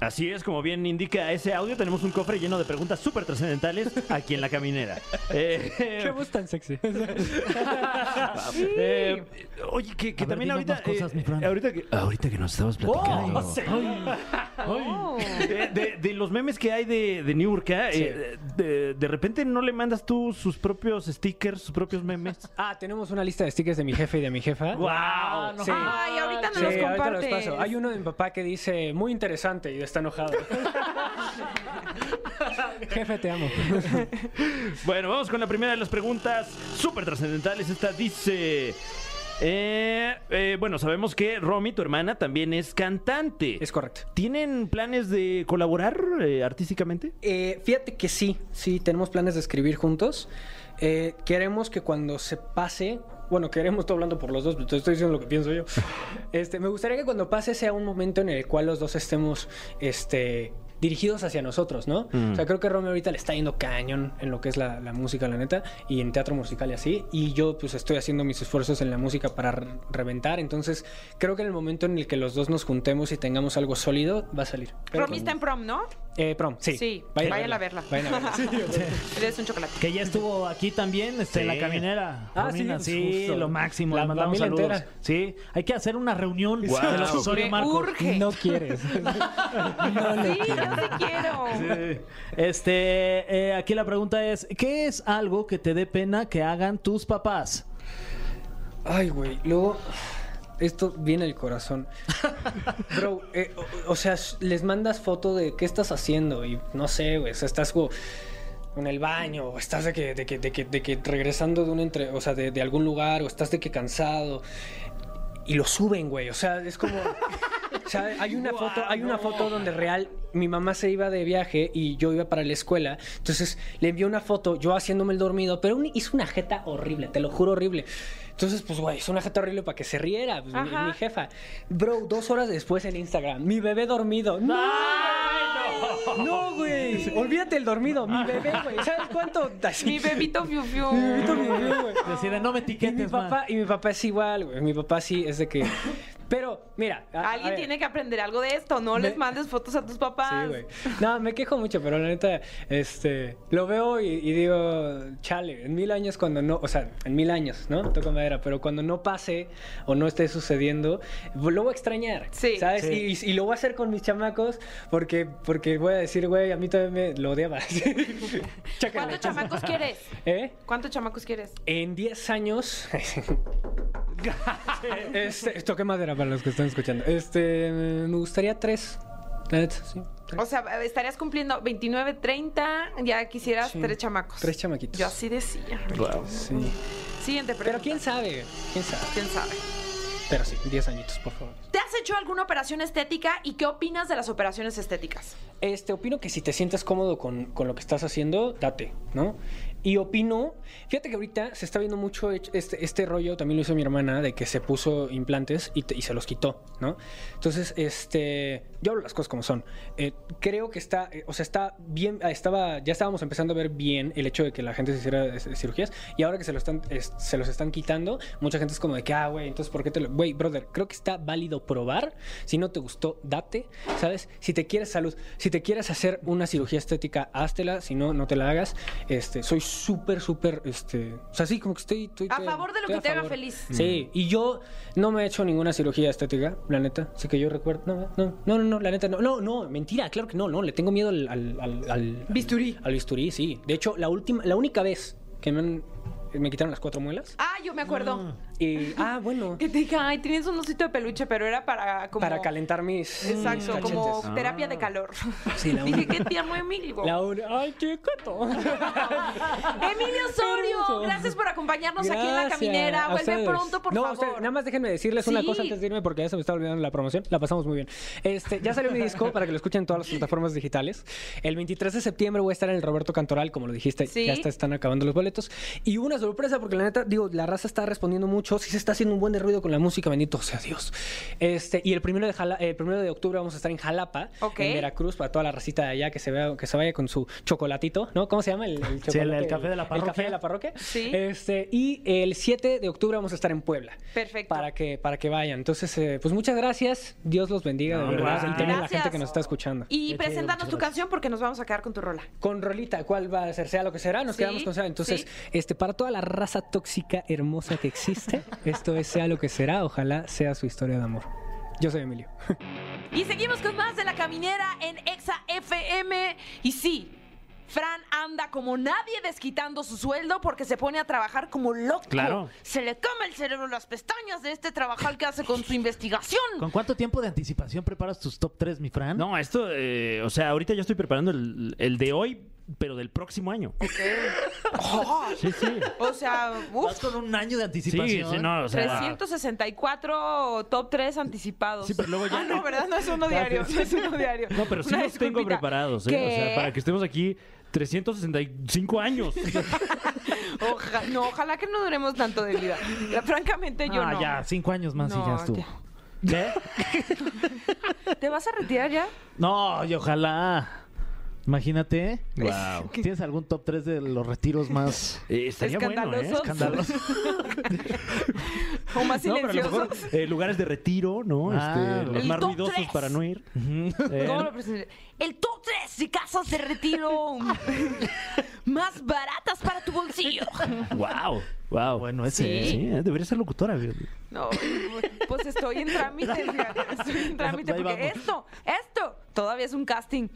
S3: Así es, como bien indica ese audio, tenemos un cofre lleno de preguntas súper trascendentales aquí en la
S4: <laughs>
S3: caminera. Eh,
S5: Qué voz tan sexy.
S3: eh, oye, que, que
S4: A ver,
S3: también
S4: dinos
S3: ahorita.
S4: más cosas,
S3: eh,
S4: mi Fran.
S3: ahorita, que, ahorita que nos estamos platicando.
S4: Oh, ay, ay.
S2: Oh.
S3: Eh, de, de los memes que hay de, de Niurka, eh, de, de repente no le mandas tú sus propios stickers, sus propios
S4: <laughs>
S3: memes.
S5: <laughs> Ah, tenemos una lista de stickers de mi jefe y de mi jefa.
S3: ¡Wow!
S5: Sí.
S2: Ay, ahorita no
S5: Sí,
S2: los
S5: ahorita los
S2: compartes.
S5: paso. Hay uno de mi papá que dice, muy interesante y
S2: <laughs>
S5: está enojado. <laughs> Jefe,
S2: <laughs>
S5: te amo.
S3: Bueno, vamos con la primera de las preguntas súper trascendentales. Esta dice... eh, eh, bueno, sabemos que Romy, tu hermana, también es cantante.
S5: Es correcto.
S3: ¿Tienen planes de colaborar eh, artísticamente?
S5: Eh, fíjate que sí, sí, tenemos planes de escribir juntos. Eh, queremos que cuando se pase, bueno, queremos, estoy hablando por los dos, pero te estoy diciendo lo que pienso yo. Este, me gustaría que cuando pase sea un momento en el cual los dos estemos, este dirigidos hacia nosotros, ¿no? O sea, creo que Romeo ahorita le está yendo cañón en lo que es la, la música, la neta, y en teatro musical y así, y yo pues estoy haciendo mis esfuerzos en la música para re- reventar, entonces creo que en el momento en el que los dos nos juntemos y tengamos algo sólido, va a salir. Pero-
S2: Romy está en prom, ¿no?
S5: Eh, prom, sí.
S2: Sí, vayan a verla.
S5: Vayan a verla. Sí,
S2: Eres un chocolate.
S4: Que ya estuvo aquí también, este,
S3: Sí.
S4: en la caminera.
S5: Ah,
S4: Romina,
S5: sí,
S4: sí,
S5: justo.
S4: lo máximo.
S5: La
S4: le mandamos
S5: familia
S4: saludos.
S5: entera.
S4: Sí, hay que hacer una reunión
S3: Guau.
S4: de los usuarios
S2: Me
S4: Marco.
S2: urge.
S5: <laughs> No quieres.
S2: sí, yo sí quiero.
S4: Sí. Este, eh, aquí la pregunta es, ¿qué es algo que te dé pena que hagan tus papás?
S5: Ay, güey. Luego, esto viene el corazón. Bro, eh, o, o sea, les mandas foto de qué estás haciendo y no sé, güey. O sea, estás como en el baño, o estás de que, de que, de que, de que regresando de un entre, o sea, de, de algún lugar, o estás de que cansado. Y lo suben, güey. O sea, es como. O sea, hay una foto, hay una foto donde real mi mamá se iba de viaje y yo iba para la escuela. Entonces le envié una foto, yo haciéndome el dormido, pero un- hizo una jeta horrible, te lo juro horrible. Entonces, pues güey, hizo una jeta horrible para que se riera pues, mi,
S2: Ajá.
S5: mi jefa. Bro, dos horas después en Instagram, mi bebé dormido. No, no, güey. Olvídate el dormido, mi bebé, güey. ¿Sabes cuánto? Así-
S2: Mi bebito fiu fiu.
S5: Mi bebito, mi bebé, güey.
S4: Decide, no me
S5: Y mi,
S4: etiquetes, ma".
S5: papá, y mi papá es igual, güey. Mi papá sí es de que. Pero, mira. a- a
S2: Alguien
S5: ver.
S2: tiene que aprender algo de esto. No
S5: Me-
S2: les mandes fotos a tus papás.
S5: Sí, güey. No, me quejo mucho, pero la neta, este, lo veo y, y digo, chale, en mil años cuando no, o sea, en mil años, ¿no? Toco madera, pero cuando no pase o no esté sucediendo, lo voy a extrañar,
S2: Sí.
S5: ¿sabes?
S4: Sí.
S5: Y, y lo voy a hacer con mis chamacos porque, porque voy a decir, güey, a mí también me lo odiaba. <laughs>
S2: ¿Cuántos chamacos quieres?
S5: ¿Eh?
S2: ¿Cuántos chamacos quieres?
S5: En 10 años. este, toqué madera para los que están escuchando. Este, me gustaría tres. La neta, sí. tres.
S2: O sea, estarías cumpliendo 29, 30, ya quisieras
S5: Sí.
S2: tres chamacos.
S5: Tres chamaquitos.
S2: Yo así decía.
S5: Sí.
S2: Siguiente
S5: Pero
S2: pregunta.
S5: quién sabe, quién sabe.
S2: ¿Quién sabe?
S5: Pero sí, 10 añitos, por favor.
S2: ¿Te has hecho alguna operación estética y qué opinas de las operaciones estéticas?
S5: Este, opino que si te sientes cómodo con, con lo que estás haciendo, date, ¿no? Y opino, fíjate que ahorita se está viendo mucho hech- este, este rollo, también lo hizo mi hermana, de que se puso implantes y, te- y se los quitó, ¿no? Entonces, este, yo hablo las cosas como son. Eh, creo que está, eh, o sea, está bien, ah, estaba, ya estábamos empezando a ver bien el hecho de que la gente se hiciera eh, cirugías y ahora que se, lo están, es- se los están quitando, mucha gente es como de que, ah, güey, entonces, ¿por qué te lo...? Güey, brother, creo que está válido probar. Si no te gustó, date, ¿sabes? Si te quieres salud, si te quieres hacer una cirugía estética, háztela, si no, no te la hagas. Este, soy súper, súper, este, o sea, sí, como que estoy... estoy-
S2: A
S5: estoy-
S2: favor de lo
S5: estoy
S2: que
S5: a
S2: te haga
S5: favor.
S2: feliz.
S5: Sí, y yo no me he hecho ninguna cirugía estética, la neta. Así que yo recuerdo. No, no, no, no, no, la neta, no. No, no, mentira, claro que no, no. Le tengo miedo al. al, al- al-
S2: Bisturí.
S5: Al bisturí, sí. De hecho, la última, la única vez que me, han- me quitaron las cuatro muelas.
S2: Ah, yo me acuerdo.
S5: Y, ah,
S2: <laughs>
S5: bueno.
S2: Que te dije, ay, tenías un osito de peluche, pero era para como...
S5: Para calentar mis. mis
S2: Exacto,
S5: cachetes.
S2: como terapia de calor.
S5: <laughs> Sí, la
S2: Dije,
S5: única.
S2: qué tierno Emilio.
S5: La un- Ay, qué coto.
S2: <laughs> Emilio Osorio,
S5: Hermoso.
S2: gracias por acompañarnos aquí en La
S5: Gracias.
S2: Caminera.
S5: A
S2: Vuelve
S5: ustedes.
S2: pronto, por
S5: no,
S2: favor.
S5: ustedes, nada más déjenme decirles una
S2: Sí.
S5: cosa antes de irme porque ya se me está olvidando la promoción. La pasamos muy bien. Este, ya salió mi disco para que lo escuchen en todas las plataformas digitales. El 23 de septiembre voy a estar en el Roberto Cantoral, como lo dijiste,
S2: Sí.
S5: ya está- están acabando los boletos. Y una sorpresa porque la neta, digo, la raza está respondiendo mucho. Sí se está haciendo un buen de ruido con la música, bendito sea Dios. Este, y el primero de, Jala- el primero de octubre vamos a estar en Jalapa,
S2: Ok.
S5: en Veracruz, para toda la racita de allá que se vea, que se vaya con su chocolatito, ¿no? ¿Cómo se llama? El, el
S4: Sí, el- el
S5: chocolate,
S4: café de la
S5: El café
S4: parroquia.
S5: de la parroquia.
S2: Sí.
S5: Este, y el 7 de octubre vamos a estar en Puebla.
S2: Perfecto.
S5: Para que, para que vayan. Entonces, eh, pues muchas gracias. Dios los bendiga, de verdad.
S4: gracias.
S5: Y también a la gente
S2: Gracias.
S5: que nos está escuchando.
S2: Y
S4: Qué chido,
S2: preséntanos
S4: muchas
S2: tu
S4: gracias.
S2: canción porque nos vamos a quedar con tu rola.
S5: Con Rolita, ¿cuál va a ser? Sea lo que será, nos
S2: Sí,
S5: quedamos con sea. Entonces,
S2: sí.
S5: este, para toda la raza tóxica hermosa que existe, <laughs> esto es sea lo que será, ojalá sea su historia de amor. Yo soy Emilio.
S2: Y seguimos con más de La Caminera en Exa FM. Y sí, Fran anda como nadie desquitando su sueldo porque se pone a trabajar como loco.
S4: Claro.
S2: Se le come el cerebro las pestañas de este trabajar que hace con su investigación.
S4: ¿Con cuánto tiempo de anticipación preparas tus top 3, mi Fran?
S3: No, esto, eh, o sea, ahorita yo estoy preparando el, el de hoy, pero del próximo año.
S2: Oh,
S3: <laughs> Sí, sí.
S2: o
S3: <laughs>
S2: sea,
S4: Vas
S2: uf,
S4: con un año de
S3: Sí,
S4: anticipación.
S3: sí, no, o sea.
S2: 364 top 3 anticipados.
S3: Sí, pero luego ya-
S2: Ah, no, ¿verdad? No es uno diario. No es uno diario.
S3: No, pero sí
S2: Una
S3: los tengo
S2: disculpita.
S3: preparados, ¿eh? O sea, para que estemos aquí
S2: <laughs>
S3: 365 años.
S2: Oja- no, ojalá que no duremos tanto de vida. La- Francamente, yo
S4: Ah,
S2: no.
S4: ya, cinco años más
S2: No,
S4: y ya estuvo. ¿Qué?
S2: ¿Te vas a retirar ya?
S4: No, y ojalá. Imagínate.
S3: Wow.
S4: ¿Tienes algún top 3 de los retiros más
S2: <laughs>
S3: Eh, estaría bueno, ¿eh?
S2: Escandalosos.
S4: escandalosos?
S2: O más
S3: No, pero a lo
S2: silenciosos.
S3: mejor eh, lugares de retiro, ¿no?
S4: Ah,
S3: Este, los
S2: el
S3: más
S2: top
S3: ruidosos
S2: tres.
S3: para no <laughs> ir. Eh,
S2: ¿Cómo lo presenté? El top 3 de casas de retiro más baratas para tu bolsillo.
S3: Wow, wow.
S4: Bueno, ese,
S2: Sí.
S3: Sí, eh, debería ser locutora. fíjate.
S2: No, pues estoy en trámite, fíjate, estoy en trámite
S4: Ahí
S2: porque
S4: vamos.
S2: esto, esto todavía es un casting.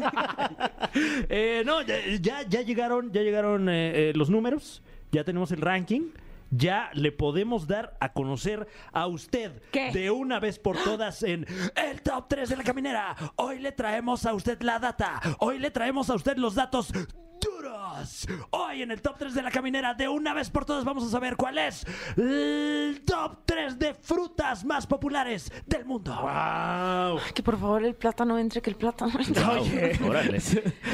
S3: <laughs> Eh, no, ya, ya, ya llegaron, ya llegaron eh, eh, los números, ya tenemos el ranking. Ya le podemos dar a conocer a usted
S2: ¿Qué?
S3: de una vez por todas en el top 3 de la caminera. Hoy le traemos a usted la data. Hoy le traemos a usted los datos duros. Hoy en el top 3 de la caminera, de una vez por todas vamos a saber cuál es el top 3 de frutas más populares del mundo. ¡Wow!
S2: Que por favor el plátano entre, que el plátano entre.
S3: órale.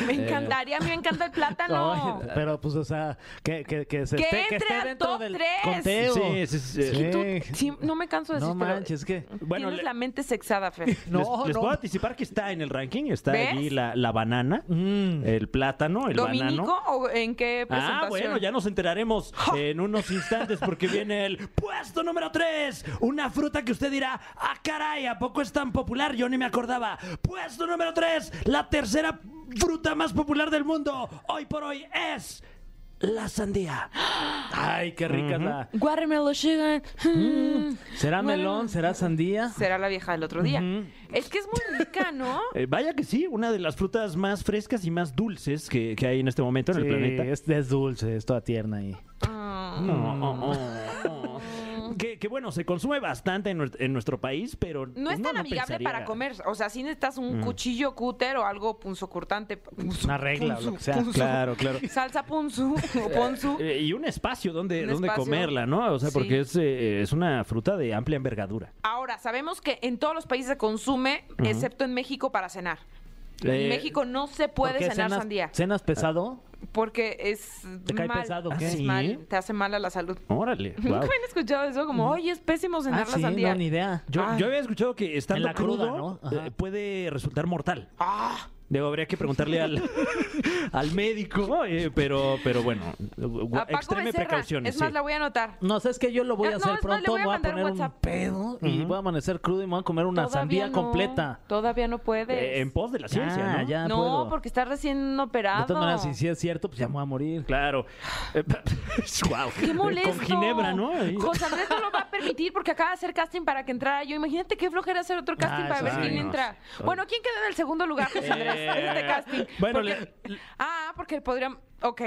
S2: Me encantaría, a mí me encanta el plátano.
S4: Ay, pero pues, o sea, que, que, que se
S2: Ah, Que
S4: esté, que
S2: entre
S4: esté
S2: al
S4: dentro
S2: top
S4: del
S2: tres.
S4: conteo.
S3: Sí, sí, sí.
S2: Y tú,
S4: Sí.
S2: sí, no me canso de
S4: eh. No
S2: decir,
S4: manches,
S2: pero
S4: que.
S3: Bueno,
S2: tienes
S3: le-
S2: la mente sexada,
S3: <laughs>
S2: Fer.
S4: No,
S3: les, les
S4: no.
S3: puedo anticipar que está en el ranking. Está
S2: ¿Ves?
S3: allí la, la banana,
S4: Mm.
S3: el plátano, el
S2: ¿Dominico
S3: banano.
S2: o en qué presentación?
S3: Ah, bueno, ya nos enteraremos en unos instantes porque viene el puesto número 3. Una fruta que usted dirá, ah, caray, ¿a poco es tan popular? Yo ni me acordaba. Puesto número 3, la tercera fruta más popular del mundo. Hoy por hoy es la sandía.
S4: Ay, qué rica es la.
S2: Watermelon sugar.
S4: ¿Será
S2: Bueno.
S4: melón? ¿Será sandía?
S2: Mm, Será la vieja del otro día. Es que es muy rica,
S3: <laughs>
S2: ¿no?
S3: Eh, vaya que sí, una de las frutas más frescas y más dulces que, que hay en este momento en
S4: Sí,
S3: el planeta.
S4: es, es dulce, es toda tierna ahí.
S2: Ah.
S3: No, oh, oh, oh. Que, que bueno, se consume bastante en, nues- en nuestro país, pero.
S2: No es
S3: uno
S2: tan amigable
S3: pensaría- Mm.
S2: para comer. O sea, si necesitas un cuchillo cúter o algo punzocortante. punzo-
S4: Una regla o lo que sea.
S2: punzo.
S3: Claro, claro.
S2: Salsa punzu o ponzu.
S3: <laughs> Eh, y un espacio donde,
S2: Un
S3: donde
S2: espacio.
S3: comerla, ¿no? O sea,
S2: Sí.
S3: porque es, eh, es una fruta de amplia envergadura.
S2: Ahora, sabemos que en todos los países se consume, excepto en México, para cenar.
S3: Eh,
S2: en México no se puede
S4: ¿Por qué
S2: cenar
S4: cenas-
S2: sandía. Ah.
S4: ¿Cenas pesado?
S2: Porque es
S4: ¿Te cae
S2: mal.
S4: pesado,
S3: qué?
S2: Es
S3: ¿Sí?
S2: mal, Te hace mal a la salud. <laughs>
S3: Órale.
S2: Nunca
S3: guau. Mm.
S2: habían escuchado eso, como, oye, es pésimo cenar
S4: Ah,
S2: la
S4: sí,
S2: sandía.
S4: no, ni idea.
S3: Yo,
S2: Ay.
S3: yo había escuchado que estando
S4: Ah. En la cruda,
S3: crudo,
S4: ¿no? Ajá.
S3: eh, puede resultar mortal.
S2: Ah,
S3: Digo, habría que preguntarle
S4: <laughs>
S3: al, al médico, eh, pero, pero bueno,
S2: a Paco
S3: extreme
S2: Becerra.
S3: precauciones.
S2: Es más,
S3: sí.
S2: la voy a anotar.
S4: No, sabes que yo lo voy
S2: Eh, no,
S4: a hacer
S2: es más, le
S4: pronto.
S2: voy a
S4: voy a
S2: mandar un
S4: poner un
S2: WhatsApp.
S4: pedo y voy a amanecer crudo y me voy a comer una
S2: Todavía
S4: sandía
S2: no,
S4: completa.
S2: Todavía no puedes.
S3: Eh, en pos de la ciencia,
S4: Ah,
S3: ¿no?
S4: ya
S2: no,
S4: puedo.
S2: porque está recién operado.
S4: De todas maneras, si sí es cierto, pues ya me voy a morir.
S3: Claro. Eh, <laughs> guau.
S2: Qué molesto.
S3: Con Ginebra, ¿no? Ahí.
S2: José Andrés no lo va a permitir porque acaba de hacer casting para que entrara yo. Imagínate qué flojera hacer otro casting
S4: Ah,
S2: para
S4: eso
S2: ver
S3: sí,
S2: quién
S3: no.
S2: entra. Bueno, ¿quién queda en el segundo lugar, José Andrés, en este casting?
S3: Oh. Eh, bueno,
S2: Porque- Ah, porque podrían... Ok.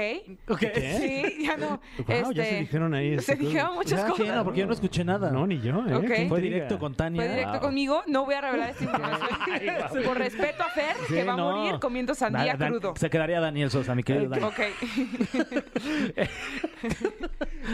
S3: ¿Qué?
S2: Sí, ya no. Este,
S3: Guau, ya se dijeron ahí
S2: Se
S3: esas cosas.
S2: dijeron muchas
S4: Ah,
S2: cosas.
S4: sí, no, porque yo no escuché nada.
S3: No, ni yo, ¿eh?
S2: Ok.
S3: Qué
S4: Fue
S3: intriga.
S4: directo con Tania.
S2: Fue directo
S3: Wow.
S2: conmigo. No voy a revelar
S3: <laughs>
S2: esta información. <laughs> Por respeto a Fer,
S4: Sí,
S2: que va
S4: no.
S2: a morir comiendo sandía
S4: Da- Dan-
S2: crudo.
S4: Se quedaría Daniel Sosa, mi querido Daniel.
S2: Ok.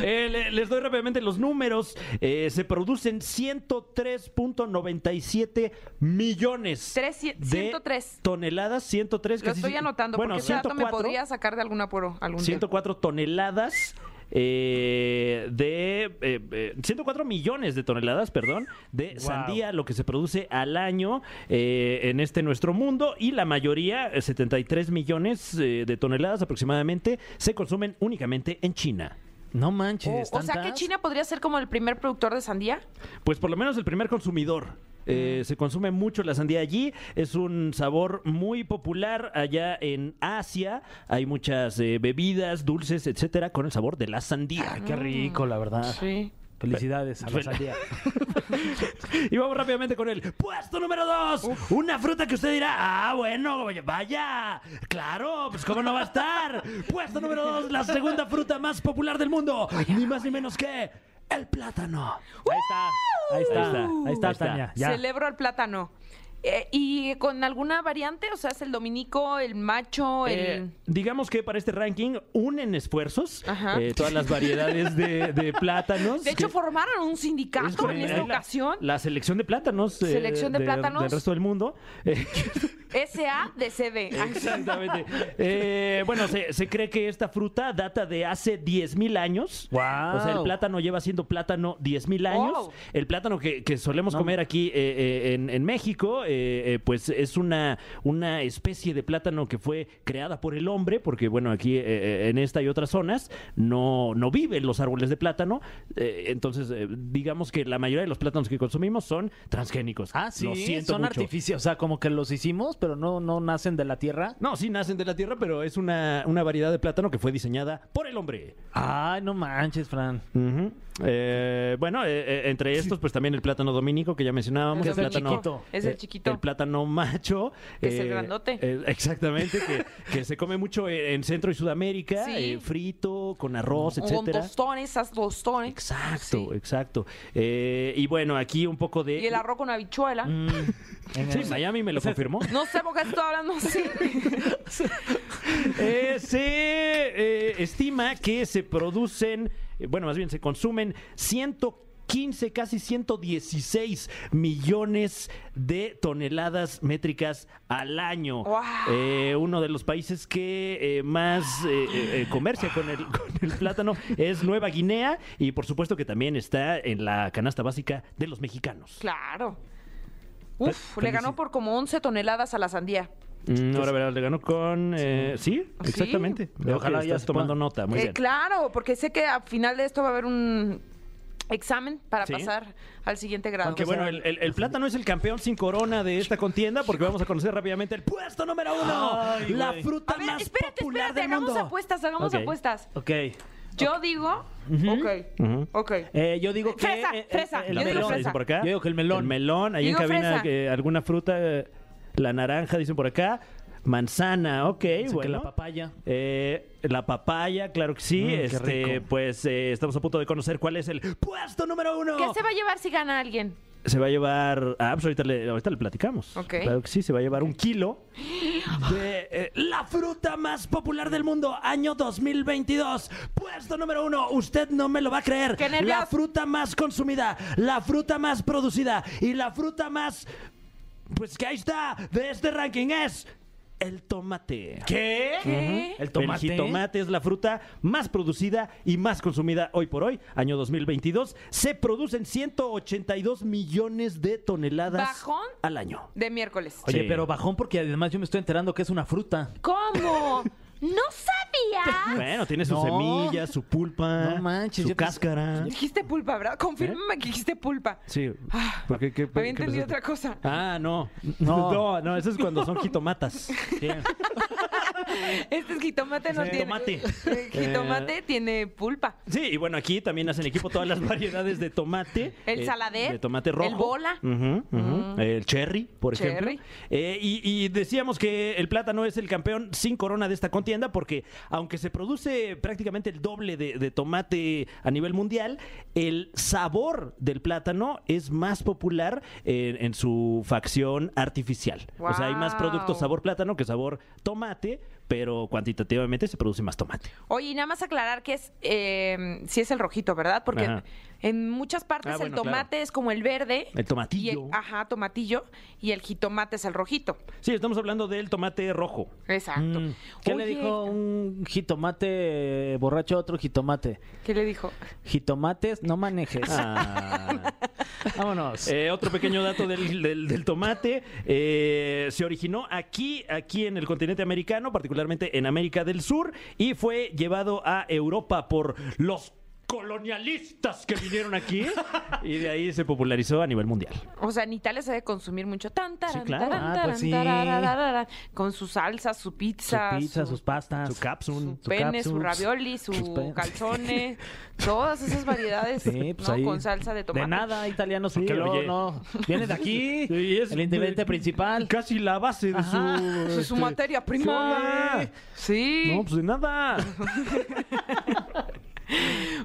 S3: Eh, le- les doy rápidamente los números. Eh, se producen 103.97 millones.
S2: Tres, cien-
S3: de
S2: 103.
S3: Toneladas, 103.
S2: Lo
S3: casi-
S2: estoy anotando
S3: bueno,
S2: porque ese dato me
S3: 104.
S2: podría sacar de algún apuro algún día.
S3: 104 toneladas eh, de eh, eh, 104 millones de toneladas, perdón, de sandía, lo que se produce al año eh, en este nuestro mundo y la mayoría, eh, 73 millones eh, de toneladas aproximadamente, se consumen únicamente en China.
S4: No manches.
S2: O- o sea que
S4: ¿tantas?
S2: China podría ser como el primer productor de sandía.
S3: Pues por lo menos el primer consumidor. Eh, se consume mucho la sandía allí, es un sabor muy popular allá en Asia, hay muchas eh, bebidas, dulces, etcétera, con el sabor de la sandía.
S4: Ay, qué rico, la
S3: Ah.
S4: verdad.
S2: Sí.
S4: Felicidades a la
S3: Fel-
S4: sandía.
S3: <laughs> Y vamos rápidamente con el puesto número 2. Una fruta que usted dirá, ah, bueno, vaya, vaya, claro, pues cómo no va a estar. puesto número 2, la segunda fruta más popular del mundo, ni más ni menos que el plátano.
S4: Ahí está. Ahí está. Ahí está,
S3: Ahí está.
S4: Tania. Ya.
S2: Celebro al plátano. Eh, ¿Y con alguna variante? O sea, es el dominico, el macho,
S3: Eh,
S2: el...
S3: digamos que para este ranking unen esfuerzos
S2: Ajá.
S3: eh, todas las variedades de, de plátanos.
S2: De hecho,
S3: que-
S2: formaron un
S3: es
S2: sindicato
S3: como
S2: en esta
S3: la-
S2: ocasión.
S3: La selección de plátanos. eh,
S2: Selección de plátanos.
S3: Del resto del mundo. Eh,
S2: S.A. de C.B. <laughs>
S3: Exactamente. <laughs> Eh, bueno, se, se cree que esta fruta data de hace 10.000 años. O sea, el
S5: Wow.
S3: plátano lleva siendo plátano 10.000 años.
S2: Wow.
S3: El plátano que, que solemos comer aquí eh, eh, en, en México, eh, eh, pues es una, una especie de plátano que fue creada por el hombre, porque bueno, aquí eh, eh, en esta y otras zonas no, no viven los árboles de plátano. Eh, entonces, eh, digamos que la mayoría de los plátanos que consumimos son transgénicos.
S4: Ah, sí,
S3: Lo siento
S4: son
S3: mucho.
S4: artificios, o sea, como que los hicimos, pero no, no nacen de la tierra.
S3: No, sí nacen de la tierra, pero es una, una variedad de plátano que fue diseñada por el hombre.
S4: Ay, no manches, Fran.
S3: Ujú. Eh, bueno, eh, eh, entre estos, pues también el plátano dominico que ya mencionábamos.
S2: Es
S3: el
S2: el
S3: plátano,
S2: chiquito, es el
S3: eh,
S2: chiquito.
S3: el plátano macho.
S2: Que es el grandote.
S3: eh, exactamente, que, que se come mucho en, en Centro y Sudamérica,
S2: Sí.
S3: eh, frito, con arroz,
S2: Con
S3: etcétera.
S2: tostones, haz tostones.
S3: Exacto,
S2: Sí.
S3: exacto. Eh, y bueno, aquí un poco de.
S2: Y el arroz con habichuela.
S3: Mm.
S4: En
S3: Sí,
S4: el-
S3: Miami me lo confirmó.
S2: No sé por qué estoy hablando
S3: <laughs>
S2: así.
S3: Eh, se eh, estima que se producen, eh, bueno, más bien se consumen 115, casi 116 millones de toneladas métricas al año.
S2: Wow.
S3: Eh, uno de los países que eh, más eh, eh, eh, comercia con el, con el plátano es Nueva Guinea y por supuesto que también está en la canasta básica de los mexicanos.
S2: Claro.
S3: Pues,
S2: Uf, le ganó por como 11 toneladas a la sandía.
S3: Mm, ahora verás, le ganó con... eh, sí,
S2: Sí.
S3: exactamente. Veo
S4: Ojalá
S3: que
S4: ya
S3: estás
S4: se
S3: tomando
S4: pueda.
S3: nota. Muy
S2: Eh,
S3: bien.
S2: claro, porque sé que al final de esto va a haber un examen para
S3: Sí.
S2: pasar al siguiente grado.
S3: Que bueno, el,
S2: <laughs>
S3: el- el plátano es el campeón sin corona de esta contienda porque vamos a conocer rápidamente el puesto número uno.
S4: Ay,
S3: la
S4: güey.
S3: fruta
S2: A ver,
S3: más
S2: espérate,
S3: popular
S2: espérate,
S3: del
S2: hagamos
S3: mundo.
S2: apuestas, hagamos
S3: Ok.
S2: apuestas.
S4: Ok.
S2: Yo digo, ok, ok.
S4: Eh, yo digo que.
S2: Fresa,
S4: eh, eh,
S2: fresa,
S4: el
S2: yo digo
S4: melón.
S2: fresa.
S3: dicen por acá.
S4: Yo digo que el melón.
S3: El melón, ahí
S2: Yo
S3: en
S2: digo
S3: cabina,
S2: fresa.
S3: eh, alguna fruta, eh, la naranja, dicen por acá. Manzana, ok,
S4: Dicen que
S3: bueno.
S4: la papaya.
S3: Eh, la papaya, claro que sí.
S4: Mm, qué
S3: este,
S4: rico.
S3: pues eh, estamos a punto de conocer cuál es el puesto número uno.
S2: ¿Qué se va a llevar si gana alguien?
S3: Se va a llevar. Ah, pues ahorita le, ahorita le platicamos.
S2: Ok.
S3: Claro que sí, se va a llevar
S2: <gasps>
S3: un kilo de eh, la fruta más popular del mundo, año 2022. Puesto número uno, usted no me lo va a creer.
S2: ¡Qué nervios!
S3: La fruta más consumida, la fruta más producida y la fruta más. Pues que ahí está, de este ranking es. El tomate.
S4: ¿Qué?
S2: ¿Qué?
S4: El tomate.
S3: El jitomate es la fruta más producida y más consumida hoy por hoy, año 2022. Se producen 182 millones de toneladas
S2: ¿Bajón?
S3: al año.
S2: De miércoles.
S4: Oye,
S3: Sí.
S4: pero bajón porque además yo me estoy enterando que es una fruta.
S3: <laughs>
S2: ¿Cómo? ¿No sabía?
S3: Bueno, tiene sus
S4: No.
S3: semillas, su pulpa,
S4: No manches,
S3: Ah, su
S4: yo pensé-
S3: cáscara.
S2: Dijiste pulpa, ¿verdad? Confírmame
S3: ¿Eh?
S2: que dijiste pulpa.
S3: Sí,
S2: Ah,
S3: porque qué,
S2: Había entendido
S3: pensaste?
S2: otra cosa.
S3: Ah, no. No, <laughs>
S4: No.
S3: no, eso es cuando son
S4: <laughs>
S3: jitomatas.
S2: <laughs> Este es jitomate, no
S3: Sí.
S2: tiene.
S3: Tomate.
S2: Eh, <laughs> Jitomate tiene pulpa.
S3: Sí, y bueno, aquí también hacen equipo todas las <laughs> variedades de tomate. Eh,
S2: El saladé,
S3: De tomate
S2: el
S3: rojo.
S2: bola. Mm.
S3: Ujú, ujú. El cherry, por
S2: Cherry.
S3: ejemplo. Eh, y, y decíamos que el plátano es el campeón sin corona de esta contienda porque aunque se produce prácticamente el doble de, de tomate a nivel mundial, el sabor del plátano es más popular en, en su facción artificial. O sea, hay más productos
S2: Guau.
S3: sabor plátano que sabor tomate, pero cuantitativamente se produce más tomate.
S2: Oye, y nada más aclarar que es, eh, sí es el rojito, ¿verdad? Porque
S3: Ajá.
S2: en muchas partes
S3: Ah,
S2: el
S3: bueno,
S2: tomate es como el verde.
S3: El
S2: y el-
S3: tomatillo.
S2: ajá, tomatillo. Y el jitomate es el rojito.
S3: Sí, estamos hablando del tomate rojo.
S2: Exacto.
S4: Mm. ¿Qué le
S2: Oye,
S4: dijo un jitomate borracho a otro jitomate?
S2: ¿Qué le dijo?
S4: Jitomates, no manejes.
S3: Ah,
S4: Vámonos.
S3: Eh, otro pequeño dato del, del- del tomate. eh, se originó aquí, aquí en el continente americano, particularmente en América del Sur, y fue llevado a Europa por los colonialistas que vinieron aquí y de ahí se popularizó a nivel mundial.
S2: O sea, en Italia se debe consumir mucho tan, taran,
S3: Sí, claro.
S2: taran,
S4: Ah,
S2: taran,
S4: pues sí.
S2: tararararara, con su salsa, su pizza,
S4: su pizza, sus pastas.
S3: Su cápsula.
S2: su pene, su
S4: capsules,
S2: ravioli,
S4: sus
S2: su
S4: pe-
S2: calzone,
S3: <laughs>
S2: todas esas variedades
S4: Sí, pues
S2: ¿no?
S4: ahí.
S2: con salsa de tomate.
S4: De nada, italianos,
S3: Sí,
S4: porque luego
S3: oye.
S4: no. Viene de
S3: <laughs>
S4: aquí.
S3: Sí, es-
S4: el intendente principal.
S3: Casi la base de
S4: Ajá.
S3: su...
S2: Pues es su
S3: este,
S2: materia prima.
S3: Sí. pues,
S2: Sí.
S3: No, pues de nada.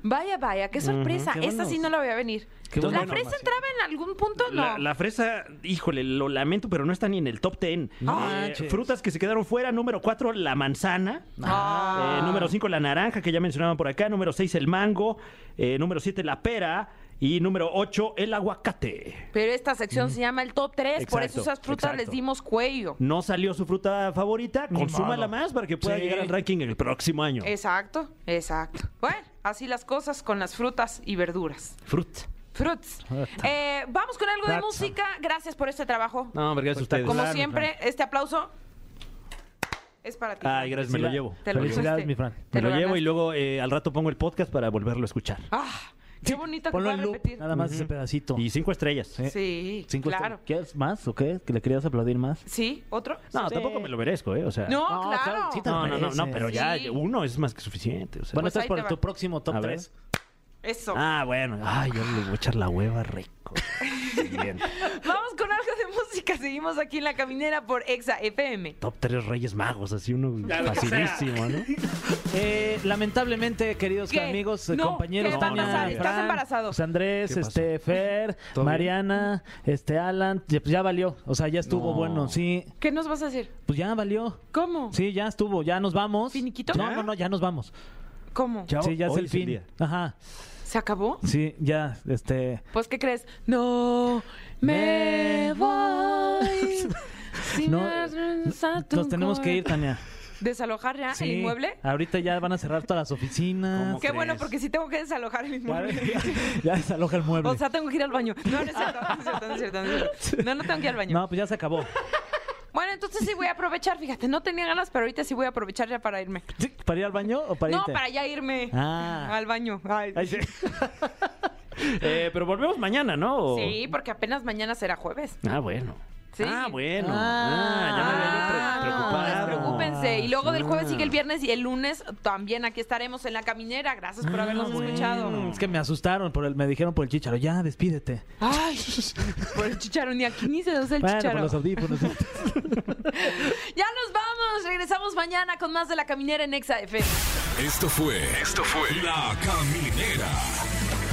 S2: Vaya, vaya, qué sorpresa.
S3: qué
S2: Esta sí
S3: buenos.
S2: no la voy a venir.
S3: Qué
S2: ¿La
S3: buenos.
S2: fresa entraba en algún punto? No.
S3: La, la fresa, híjole, lo lamento, pero no está ni en el top 10.
S2: No
S3: Eh,
S4: manches.
S3: frutas que se quedaron fuera, número 4, la manzana.
S2: Ah.
S3: Eh, número 5, la naranja, que ya mencionaban por acá. Número 6, el mango. Eh, número 7, la pera. Y número 8, el aguacate.
S2: Pero esta sección se llama el top 3, por eso
S3: Exacto,
S2: esas frutas
S3: exacto.
S2: les dimos cuello.
S3: No salió su fruta favorita, consúmala más para que pueda
S4: Sí.
S3: llegar al ranking el próximo año.
S2: Exacto, exacto. Bueno, así las cosas con las frutas y verduras.
S3: Fruta.
S2: Fruits. Eh, vamos con algo de
S4: Fruta.
S2: música. Gracias por este trabajo.
S3: No, hombre, gracias a ustedes.
S2: Como siempre, este aplauso es para ti.
S3: Ay, gracias, me lo llevo.
S2: Te lo
S4: Felicidades,
S2: ganaste.
S4: mi Fran.
S2: Te
S3: Me lo
S2: lo
S3: llevo
S2: ganaste.
S3: y luego eh, al rato pongo el podcast para volverlo a escuchar.
S2: Ah, qué bonito que
S4: Ponlo
S2: puedas
S4: en loop,
S2: repetir.
S4: nada más ese pedacito.
S3: Y cinco estrellas.
S2: Sí,
S4: Cinco
S2: claro.
S4: estrellas. ¿Quieres más o qué? ¿Que le querías aplaudir más?
S2: ¿Sí? ¿Otro?
S3: No, tampoco me lo merezco, ¿eh? O sea.
S2: No, claro.
S4: sí te
S3: No, no, no, no,
S4: mereces.
S3: pero ya
S2: Sí.
S3: uno es más que suficiente. o sea.
S4: Bueno,
S2: Pues
S4: esto
S2: ahí
S4: es por
S2: te va.
S4: tu próximo top
S3: A ver.
S4: 3.
S2: Eso.
S3: Ah, bueno. Ay, yo le voy a echar la
S2: <laughs>
S3: hueva rico. Bien.
S2: Vamos con algo de música. Seguimos aquí en la caminera por Exa FM.
S3: Top tres Reyes Magos, así uno
S6: Ya, lo que
S3: facilísimo, ¿no?
S4: Eh, lamentablemente, queridos
S2: ¿Qué?
S4: amigos, eh,
S2: No,
S4: compañeros,
S2: ¿qué va a
S4: Tania,
S3: pasar?
S2: Estás embarazado.
S4: José Andrés,
S3: ¿Qué pasó?
S4: este Fer, Mariana, este Alan, ya, pues ya valió, o sea, ya estuvo
S3: No.
S4: bueno, sí,
S2: ¿Qué nos vas a decir?
S4: pues ya valió.
S2: ¿Cómo?
S4: Sí, ya estuvo, ya nos vamos.
S2: ¿Finiquito?
S4: No,
S2: ¿Ya?
S4: no, no, ya nos vamos.
S2: ¿Cómo?
S3: Chao,
S4: Sí, ya es
S3: hoy
S4: el
S3: es el
S4: fin.
S3: día.
S4: Ajá.
S2: ¿Se acabó?
S4: Sí, ya este
S2: Pues, ¿qué crees? No me
S4: Me
S2: voy. sin
S4: No, eh,
S2: alcanzar tu
S4: nos tenemos que ir,
S2: corazón.
S4: Tania.
S2: ¿Desalojar ya
S4: Sí,
S2: Ah, el inmueble?
S4: Ahorita ya van a cerrar todas las oficinas.
S3: ¿Cómo
S2: Qué bueno,
S3: crees?
S2: porque sí tengo que desalojar el
S4: Ya,
S2: inmueble.
S4: <laughs> ya desaloja el mueble.
S2: O sea, tengo que ir al baño. No, no es cierto, no es cierto, no es cierto. No, es cierto. no, no tengo que ir al baño.
S4: no, pues ya se acabó.
S2: Bueno, entonces sí voy a aprovechar. Fíjate, no tenía ganas, pero ahorita sí voy a aprovechar ya para irme.
S4: ¿Para ir al baño o para
S2: No,
S4: irte?
S2: para ya irme
S4: Ah.
S2: al baño. Ay.
S3: Ay, sí. Eh, pero volvemos mañana, ¿no?
S2: Sí, porque apenas mañana será jueves.
S3: Ah, bueno.
S2: Sí.
S3: Ah, bueno.
S4: Ah.
S3: Ah, ya me había
S2: Ah,
S3: pre- preocupado.
S2: Despreocúpense. Y luego del jueves
S3: Ah.
S2: sigue el viernes y el lunes también aquí estaremos en la caminera. Gracias por
S4: Ah,
S2: habernos
S4: bueno.
S2: escuchado.
S4: Es que me asustaron, por el, me dijeron por el chicharo, ya despídete.
S2: Ay, por el chicharón. Y aquí ni se usa el
S4: bueno,
S2: chicharón.
S4: por los audífonos.
S2: Ya nos vamos. Regresamos mañana con más de la caminera en Exa FM.
S1: Esto fue. Esto fue. La Caminera.